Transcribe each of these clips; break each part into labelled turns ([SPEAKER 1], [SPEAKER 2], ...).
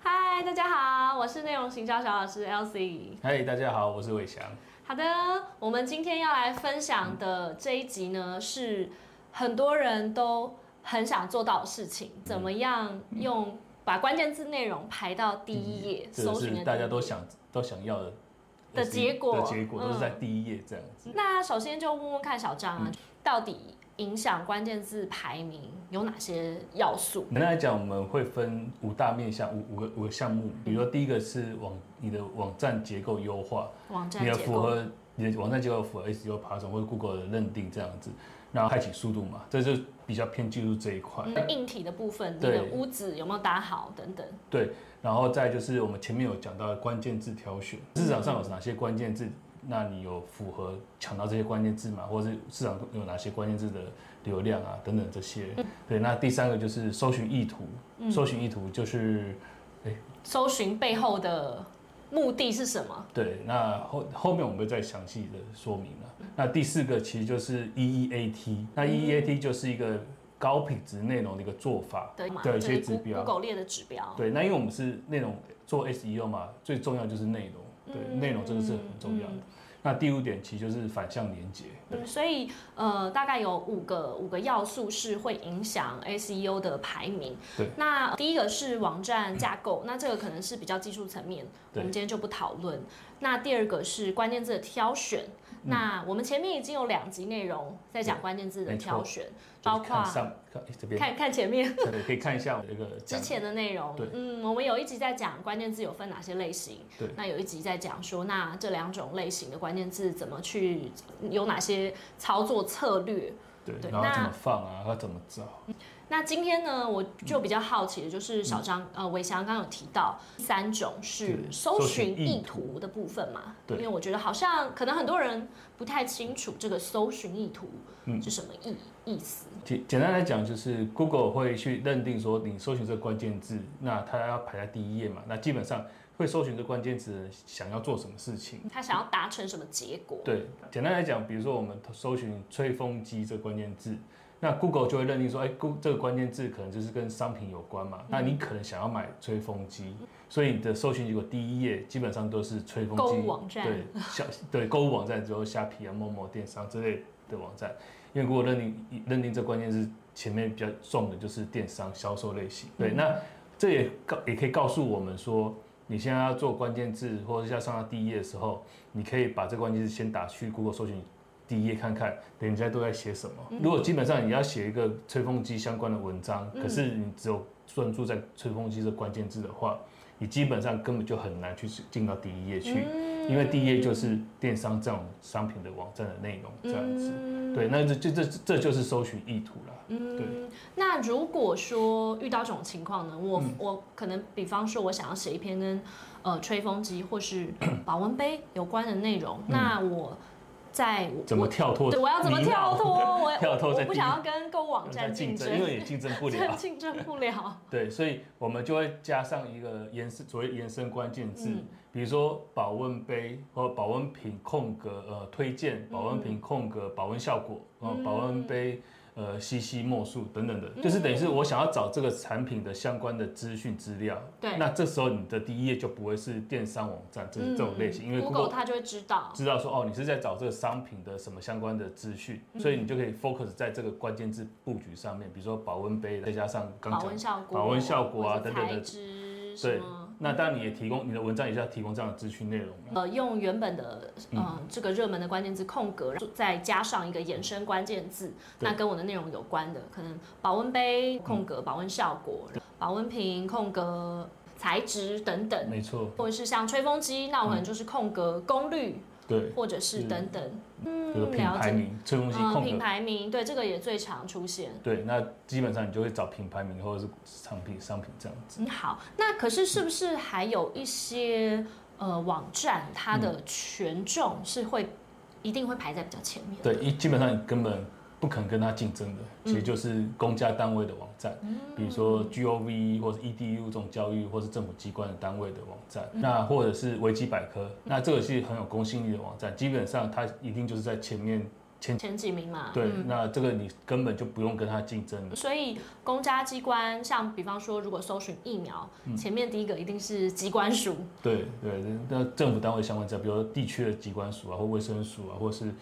[SPEAKER 1] 嗨，大家好，我是内容行销小老师 Elsie。
[SPEAKER 2] 嗨，大家好，我是伟翔。
[SPEAKER 1] 好的，我们今天要来分享的这一集呢，是很多人都很想做到的事情，怎么样用把关键字内容排到第一页，
[SPEAKER 2] 这
[SPEAKER 1] 搜
[SPEAKER 2] 个
[SPEAKER 1] 寻的
[SPEAKER 2] 嗯是
[SPEAKER 1] 第一
[SPEAKER 2] 大家都
[SPEAKER 1] 页
[SPEAKER 2] 想都想要的
[SPEAKER 1] 的结果
[SPEAKER 2] 的结果
[SPEAKER 1] 嗯
[SPEAKER 2] 都是在第一页这样子。
[SPEAKER 1] 那首先就问问看小张
[SPEAKER 2] 嗯
[SPEAKER 1] 啊，到底影响关键字排名有哪些要素？
[SPEAKER 2] 简单来讲，我们会分五大面向，五五个五个项目。
[SPEAKER 1] 嗯
[SPEAKER 2] 比如说，第一个是网你的网站结构优化，
[SPEAKER 1] 网站
[SPEAKER 2] 你要
[SPEAKER 1] 结
[SPEAKER 2] 符
[SPEAKER 1] 构，
[SPEAKER 2] 合你的网站结构符合 SEO 爬虫或者 Google 的认定这样子，然后开启速度嘛，这就比较偏技术这一块。
[SPEAKER 1] 你的硬体的部分，你
[SPEAKER 2] 对
[SPEAKER 1] 的屋子有没有打好等等。
[SPEAKER 2] 对，然后再就是我们前面有讲到的关键字挑选，市场上有哪些关键字？那你有符合抢到这些关键字吗？或者是市场有哪些关键字的流量啊？等等这些。对，那第三个就是搜寻意图，搜寻意图就是
[SPEAKER 1] 搜寻背后的目的是什么？
[SPEAKER 2] 对，那后后面我们会再详细的说明了。那第四个其实就是 E EEAT，那 EEAT 就是一个高品质内容的一个做法，
[SPEAKER 1] 对吗？
[SPEAKER 2] 对一
[SPEAKER 1] 就
[SPEAKER 2] 些
[SPEAKER 1] 是
[SPEAKER 2] 指
[SPEAKER 1] Goo-
[SPEAKER 2] 标。
[SPEAKER 1] Google 列的指标。
[SPEAKER 2] 对，那因为我们是内容做 SEO 嘛，最重要就是内容，
[SPEAKER 1] 嗯
[SPEAKER 2] 对，内、容真的是很重要的。那第五点其实就是反向连接，对，
[SPEAKER 1] 嗯，所以呃，大概有五个五个要素是会影响 SEO 的排名。
[SPEAKER 2] 对，
[SPEAKER 1] 那呃第一个是网站架构，那这个可能是比较技术层面，我
[SPEAKER 2] 对
[SPEAKER 1] 们今天就不讨论。那第二个是关键字的挑选，
[SPEAKER 2] 嗯
[SPEAKER 1] 那我们前面已经有两集内容在讲关键字的
[SPEAKER 2] 没错
[SPEAKER 1] 挑选，
[SPEAKER 2] 就是
[SPEAKER 1] 包括
[SPEAKER 2] 看上看诶这边，
[SPEAKER 1] 看看前面
[SPEAKER 2] 对，可以看一下我这个
[SPEAKER 1] 之
[SPEAKER 2] 讲
[SPEAKER 1] 前的内容
[SPEAKER 2] 对，
[SPEAKER 1] 嗯，我们有一集在讲关键字有分哪些类型，
[SPEAKER 2] 对
[SPEAKER 1] 那有一集在讲说，那这两种类型的关键字怎么去，有哪些操作策略。对
[SPEAKER 2] 对，然后
[SPEAKER 1] 那
[SPEAKER 2] 怎么放啊，要怎么找，
[SPEAKER 1] 那今天呢，我就
[SPEAKER 2] 嗯
[SPEAKER 1] 比较好奇的就是小张、呃，伟翔刚刚有提到三种是
[SPEAKER 2] 是
[SPEAKER 1] 搜
[SPEAKER 2] 搜寻
[SPEAKER 1] 寻意
[SPEAKER 2] 意
[SPEAKER 1] 图的部分嘛，
[SPEAKER 2] 对
[SPEAKER 1] 因为我觉得好像可能很多人不太清楚这个搜寻意图
[SPEAKER 2] 嗯
[SPEAKER 1] 是什么意、意思。
[SPEAKER 2] 简简单来讲，就是 Google 会去认定说你搜寻这个关键字，那它要排在第一页嘛，那基本上会搜寻这关键字的人想要做什么事情。
[SPEAKER 1] 他想要达成什么结果？
[SPEAKER 2] 对，简单来讲，比如说我们搜寻吹风机这关键字，那 Google 就会认定说，哎、g o o g l e 这个关键字可能就是跟商品有关
[SPEAKER 1] 嗯
[SPEAKER 2] 嘛，那你可能想要买吹风机，所以你的搜寻结果第一页基本上都是吹风机
[SPEAKER 1] 购物网站
[SPEAKER 2] 对，小对购物网站之后，虾皮啊、陌陌电商之类的网站，因为 Google 认定认定这关键字前面比较重的就是电商销售类型，
[SPEAKER 1] 嗯
[SPEAKER 2] 对，那这也告也可以告诉我们说。你现在要做关键字，或者是要上到第一页的时候，你可以把这关键字先打去 Google 搜寻第一页看看，人家都在写什么。
[SPEAKER 1] 嗯
[SPEAKER 2] 如果基本上你要写一个吹风机相关的文章，可是
[SPEAKER 1] 嗯
[SPEAKER 2] 你只有专注在吹风机这关键字的话，你基本上根本就很难去进到第一页去，
[SPEAKER 1] 嗯
[SPEAKER 2] 因为第一页就是电商这种商品的网站的内容
[SPEAKER 1] 嗯
[SPEAKER 2] 这样子。对，那这这这这就是搜寻意图啦。对。
[SPEAKER 1] 嗯那如果说遇到这种情况呢，
[SPEAKER 2] 嗯
[SPEAKER 1] 我、我可能比方说，我想要写一篇跟呃吹风机或 是保温杯有关的内容，那我在我
[SPEAKER 2] 嗯怎么跳脱？
[SPEAKER 1] 我对我要怎么
[SPEAKER 2] 泥淖
[SPEAKER 1] 跳脱？ 我
[SPEAKER 2] 跳脱
[SPEAKER 1] 我
[SPEAKER 2] 在
[SPEAKER 1] 我不
[SPEAKER 2] 第一
[SPEAKER 1] 想要跟购物网站竞
[SPEAKER 2] 因为也竞争 不了。
[SPEAKER 1] 竞争不 了。
[SPEAKER 2] 对，所以我们就会加上一个延伸，所谓延伸关键字，
[SPEAKER 1] 嗯
[SPEAKER 2] 比如说保温杯或保温瓶空格呃推荐，保温
[SPEAKER 1] 嗯
[SPEAKER 2] 瓶空格保温效果，然后保温杯呃吸吸墨数等等的，
[SPEAKER 1] 嗯
[SPEAKER 2] 就是等于是我想要找这个产品的相关的资讯资料。
[SPEAKER 1] 对
[SPEAKER 2] 那这时候你的第一页就不会是电商网站这这种类型，因为
[SPEAKER 1] 嗯 Google 它就会知道，
[SPEAKER 2] 知道说哦，你是在找这个商品的什么相关的资讯，所以你就可以
[SPEAKER 1] 嗯
[SPEAKER 2] focus 在这个关键字布局上面，比如说保温杯，再加上刚
[SPEAKER 1] 保
[SPEAKER 2] 讲
[SPEAKER 1] 温效果、
[SPEAKER 2] 保温效果啊
[SPEAKER 1] 或者
[SPEAKER 2] 等
[SPEAKER 1] 是
[SPEAKER 2] 等
[SPEAKER 1] 材
[SPEAKER 2] 的，
[SPEAKER 1] 质什
[SPEAKER 2] 对
[SPEAKER 1] 么。。
[SPEAKER 2] 那当然你也提供你的文章也是要提供这样的资讯内容嘛，
[SPEAKER 1] 呃，用原本的
[SPEAKER 2] 嗯
[SPEAKER 1] 呃这个热门的关键字空格，然后再加上一个衍生关键字，
[SPEAKER 2] 对嗯
[SPEAKER 1] 那跟我的内容有关的，可能保温杯空格保温效果，保温瓶空格材质等等，
[SPEAKER 2] 没错，嗯
[SPEAKER 1] 或者是像吹风机，那我可能就是空格功率，
[SPEAKER 2] 对，
[SPEAKER 1] 或者是等等，
[SPEAKER 2] 这个
[SPEAKER 1] 嗯，
[SPEAKER 2] 品
[SPEAKER 1] 了
[SPEAKER 2] 牌
[SPEAKER 1] 解。
[SPEAKER 2] 名、吹风机
[SPEAKER 1] 嗯，
[SPEAKER 2] 空
[SPEAKER 1] 品
[SPEAKER 2] 格，
[SPEAKER 1] 牌名对这个也最常出现。
[SPEAKER 2] 对，那基本上你就会找品牌名或者是产品商品这样子。
[SPEAKER 1] 嗯，好，那可是是不是还有一些呃网站，它的
[SPEAKER 2] 嗯
[SPEAKER 1] 权重是会一定会排在比较前面？
[SPEAKER 2] 对，一基本上你根本不可能跟它竞争的，其
[SPEAKER 1] 嗯
[SPEAKER 2] 实就是公家单位的网站，比如说 GOV 或是 EDU 这种教育或是政府机关的单位的网站，
[SPEAKER 1] 嗯
[SPEAKER 2] 那或者是维基百科，那这个是很有公信力的网站，基本上它一定就是在前面。前
[SPEAKER 1] 前几名嘛。
[SPEAKER 2] 对，
[SPEAKER 1] 嗯
[SPEAKER 2] 那这个你根本就不用跟他竞争了。
[SPEAKER 1] 所以公家机关，像比方说，如果搜寻疫苗，
[SPEAKER 2] 嗯
[SPEAKER 1] 前面第一个一定是机关署，
[SPEAKER 2] 对对，那政府单位相关资料，比如说地区的机关署啊，或卫生署啊，或是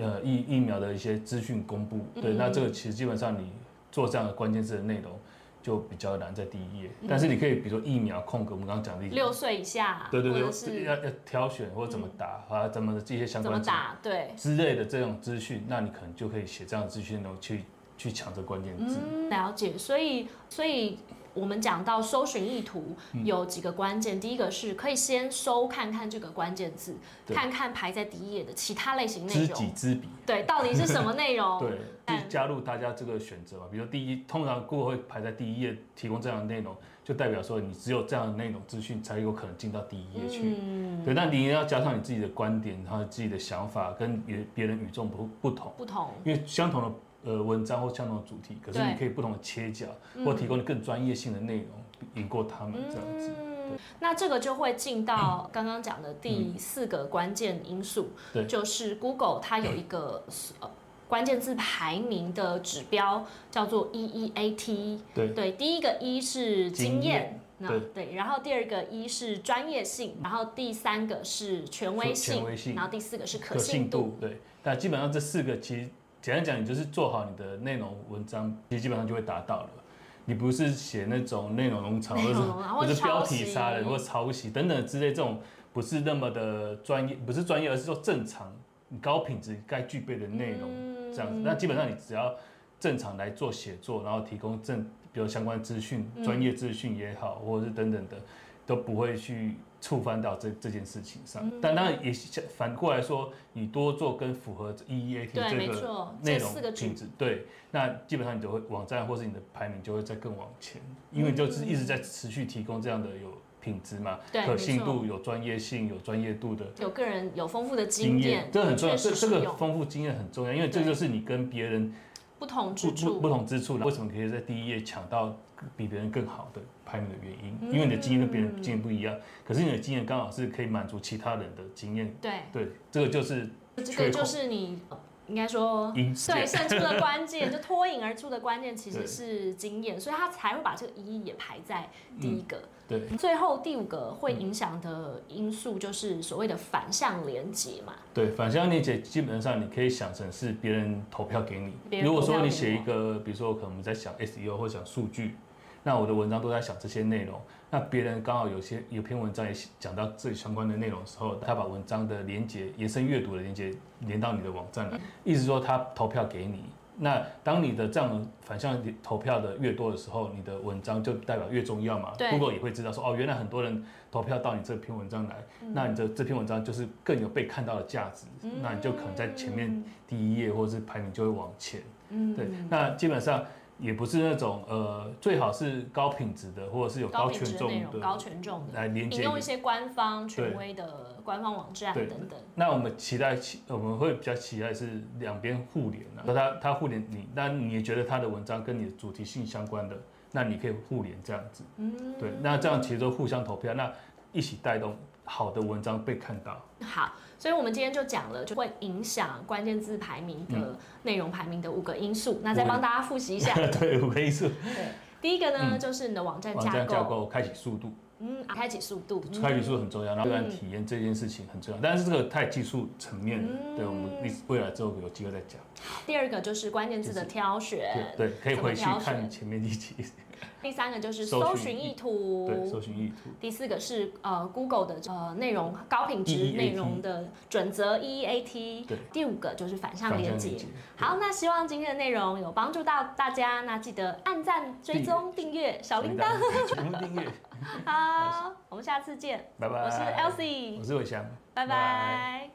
[SPEAKER 2] 呃疫疫苗的一些资讯公布，对，
[SPEAKER 1] 嗯
[SPEAKER 2] 那这个其实基本上你做这样的关键字的内容就比较难在第一页，但是你可以比如说疫苗空格，我们刚刚讲的，
[SPEAKER 1] 嗯六岁以下，
[SPEAKER 2] 对对
[SPEAKER 1] 或者
[SPEAKER 2] 对，要
[SPEAKER 1] 是嗯
[SPEAKER 2] 要挑选或者怎么打啊，怎么这些相
[SPEAKER 1] 怎么
[SPEAKER 2] 关资
[SPEAKER 1] 打，对。
[SPEAKER 2] 之类的这种资讯，那你可能就可以写这样的资讯内容去去抢这关键字。
[SPEAKER 1] 嗯，了解。所以，所以我们讲到搜寻意图
[SPEAKER 2] 嗯
[SPEAKER 1] 有几个关键，第一个是可以先搜看看这个关键字，
[SPEAKER 2] 对
[SPEAKER 1] 看看排在第一页的其他类型嗯内
[SPEAKER 2] 知己
[SPEAKER 1] 容，
[SPEAKER 2] 知彼，
[SPEAKER 1] 对，到底是什么内容？
[SPEAKER 2] 对，
[SPEAKER 1] 嗯
[SPEAKER 2] 就加入大家这个选择嘛。比如第一，通常 Google 会排在第一页提供这样的内容，就代表说你只有这样的内容资讯才有可能进到第一页去。
[SPEAKER 1] 嗯，
[SPEAKER 2] 对，但你一定要加上你自己的观点，然后自己的想法跟别别人与众不不同，
[SPEAKER 1] 不同，
[SPEAKER 2] 因为相同的呃文章或相同的主题，可是
[SPEAKER 1] 对嗯
[SPEAKER 2] 你可以不同的切角，或提供更专业性的内容，赢过他们这样子。嗯
[SPEAKER 1] 嗯，那这个就会进到刚刚讲的第四个关键因素，
[SPEAKER 2] 对
[SPEAKER 1] 就是 Google 它有一个呃关键字排名的指标叫做 E EEAT，
[SPEAKER 2] 对
[SPEAKER 1] 对，第一个一是经
[SPEAKER 2] 经
[SPEAKER 1] 验
[SPEAKER 2] 验。
[SPEAKER 1] 那对，然后第二个一是专业性，然后第三个是权威性，
[SPEAKER 2] 权威性
[SPEAKER 1] 然后第四个是
[SPEAKER 2] 可
[SPEAKER 1] 信
[SPEAKER 2] 信度，对。但基本上这四个其实简单讲，你就是做好你的内容文章，其实基本上就会达到了。你不是写那种内容农场，
[SPEAKER 1] 内
[SPEAKER 2] 或
[SPEAKER 1] 容
[SPEAKER 2] 者
[SPEAKER 1] 农场啊
[SPEAKER 2] 或者
[SPEAKER 1] 或者
[SPEAKER 2] 是标
[SPEAKER 1] 抄袭
[SPEAKER 2] 题杀人或抄袭等等之类这种不是那么的专业，不是专业，而是说正常你高品质该具备的内容
[SPEAKER 1] 嗯
[SPEAKER 2] 这样子。那基本上你只要正常来做写作，然后提供正比如相关资讯、
[SPEAKER 1] 嗯
[SPEAKER 2] 专业资讯也好，或者是等等的，都不会去触犯到这这件事情上。
[SPEAKER 1] 嗯
[SPEAKER 2] 但当然也是反过来说，你多做跟符合 EEAT
[SPEAKER 1] 对，没
[SPEAKER 2] 这 E 个
[SPEAKER 1] 错，
[SPEAKER 2] 内
[SPEAKER 1] 哦这
[SPEAKER 2] 容
[SPEAKER 1] 四个指
[SPEAKER 2] 品质，对，那基本上你就会网站或是你的排名就会再更往前，因
[SPEAKER 1] 嗯
[SPEAKER 2] 为你就是一直在持续提供这样的有品质嘛，
[SPEAKER 1] 对
[SPEAKER 2] 可
[SPEAKER 1] 没
[SPEAKER 2] 信
[SPEAKER 1] 错
[SPEAKER 2] 度、有专业性、有专业度的
[SPEAKER 1] 有个人有丰富的
[SPEAKER 2] 经
[SPEAKER 1] 验，
[SPEAKER 2] 这很重要。
[SPEAKER 1] 确
[SPEAKER 2] 这
[SPEAKER 1] 实
[SPEAKER 2] 这
[SPEAKER 1] 是
[SPEAKER 2] 个
[SPEAKER 1] 有
[SPEAKER 2] 丰富经验很重要，因为这
[SPEAKER 1] 对
[SPEAKER 2] 就是你跟别人
[SPEAKER 1] 不同
[SPEAKER 2] 不
[SPEAKER 1] 之
[SPEAKER 2] 不
[SPEAKER 1] 处
[SPEAKER 2] 不，同之处，为什么可以在第一页抢到比别人更好的排名的原因，因为你的经验跟别人
[SPEAKER 1] 嗯
[SPEAKER 2] 经验不一样，可是你的经验刚好是可以满足其他人的经验，
[SPEAKER 1] 对，
[SPEAKER 2] 对，这个就是
[SPEAKER 1] 这
[SPEAKER 2] 缺
[SPEAKER 1] 个就
[SPEAKER 2] 口
[SPEAKER 1] 是你呃应该说
[SPEAKER 2] 因素
[SPEAKER 1] 对，胜出 的关键就脱颖而出的关键其实
[SPEAKER 2] 对
[SPEAKER 1] 是经验，所以他才会把这个一也排在第一个。
[SPEAKER 2] 嗯对
[SPEAKER 1] 最后第五个会影响的因素就是所谓的反向连接嘛，
[SPEAKER 2] 对，反向链接基本上你可以想成是别人投票给
[SPEAKER 1] 别
[SPEAKER 2] 你。
[SPEAKER 1] 人
[SPEAKER 2] 如果
[SPEAKER 1] 投票
[SPEAKER 2] 说
[SPEAKER 1] 给
[SPEAKER 2] 你写
[SPEAKER 1] 我
[SPEAKER 2] 一个，比如说可能我们在想 SEO 或想数据，那我的文章都在想这些内容，那别人刚好有些有篇文章也写讲到这相关的内容的时候，他把文章的连接延伸阅读的连接连到你的网站来，意思说他投票给你。那当你的这样反向投票的越多的时候，你的文章就代表越重要嘛。
[SPEAKER 1] 对
[SPEAKER 2] Google 也会知道说，哦，原来很多人投票到你这篇文章来，那你的这篇文章就是更有被看到的价值，那你就可能在前面第一页或者是排名就会往前。
[SPEAKER 1] 嗯，
[SPEAKER 2] 对，那基本上也不是那种呃，最好是高品质的或者是有
[SPEAKER 1] 高
[SPEAKER 2] 高
[SPEAKER 1] 品
[SPEAKER 2] 权
[SPEAKER 1] 质的内
[SPEAKER 2] 重
[SPEAKER 1] 容、
[SPEAKER 2] 的
[SPEAKER 1] 高权重的，
[SPEAKER 2] 来连
[SPEAKER 1] 引
[SPEAKER 2] 接
[SPEAKER 1] 用
[SPEAKER 2] 你
[SPEAKER 1] 一些官方权威的官方网站
[SPEAKER 2] 对
[SPEAKER 1] 等等。
[SPEAKER 2] 那我们期待，期我们会比较期待是两边互联啊，它它互联你，那你也觉得它的文章跟你的主题性相关的，那你可以互联这样子，
[SPEAKER 1] 嗯，
[SPEAKER 2] 对，那这样其实都互相投票，那一起带动好的文章被看到，
[SPEAKER 1] 好，所以我们今天就讲了，就会影响关键字排名
[SPEAKER 2] 嗯
[SPEAKER 1] 的内容排名的五个因素。那再帮大家复习一下，
[SPEAKER 2] 对，五个因素，
[SPEAKER 1] 对，第一个呢，就是你的网站
[SPEAKER 2] 嗯网
[SPEAKER 1] 架
[SPEAKER 2] 站架
[SPEAKER 1] 构，
[SPEAKER 2] 构、开启速度，
[SPEAKER 1] 嗯，啊开启速度，嗯
[SPEAKER 2] 开启速度很重要，然后个人体验这件事情很重要，但是这个太技术层面了，
[SPEAKER 1] 嗯
[SPEAKER 2] 对我们未来之后有机会再讲，
[SPEAKER 1] 第二个就是关键字的挑选，
[SPEAKER 2] 对，可以
[SPEAKER 1] 怎么
[SPEAKER 2] 回去
[SPEAKER 1] 挑选
[SPEAKER 2] 看前面一集，
[SPEAKER 1] 第三个就是
[SPEAKER 2] 搜
[SPEAKER 1] 搜
[SPEAKER 2] 寻
[SPEAKER 1] 寻意
[SPEAKER 2] 对，
[SPEAKER 1] 图
[SPEAKER 2] 搜，寻意图。
[SPEAKER 1] 第四个是呃 Google 的呃内容高品质
[SPEAKER 2] EEAT
[SPEAKER 1] 内容的准则 EEAT，
[SPEAKER 2] 对
[SPEAKER 1] 第五个就是反向
[SPEAKER 2] 反
[SPEAKER 1] 连
[SPEAKER 2] 向
[SPEAKER 1] 接
[SPEAKER 2] 连接。
[SPEAKER 1] 好，那希望今天的内容有帮助到大家，那记得按赞、追踪、订阅小铃铛。，
[SPEAKER 2] 全部订阅，
[SPEAKER 1] 好，我们下次见，
[SPEAKER 2] 拜拜。
[SPEAKER 1] 我是 Elsie，
[SPEAKER 2] 我是伟翔，
[SPEAKER 1] 拜拜。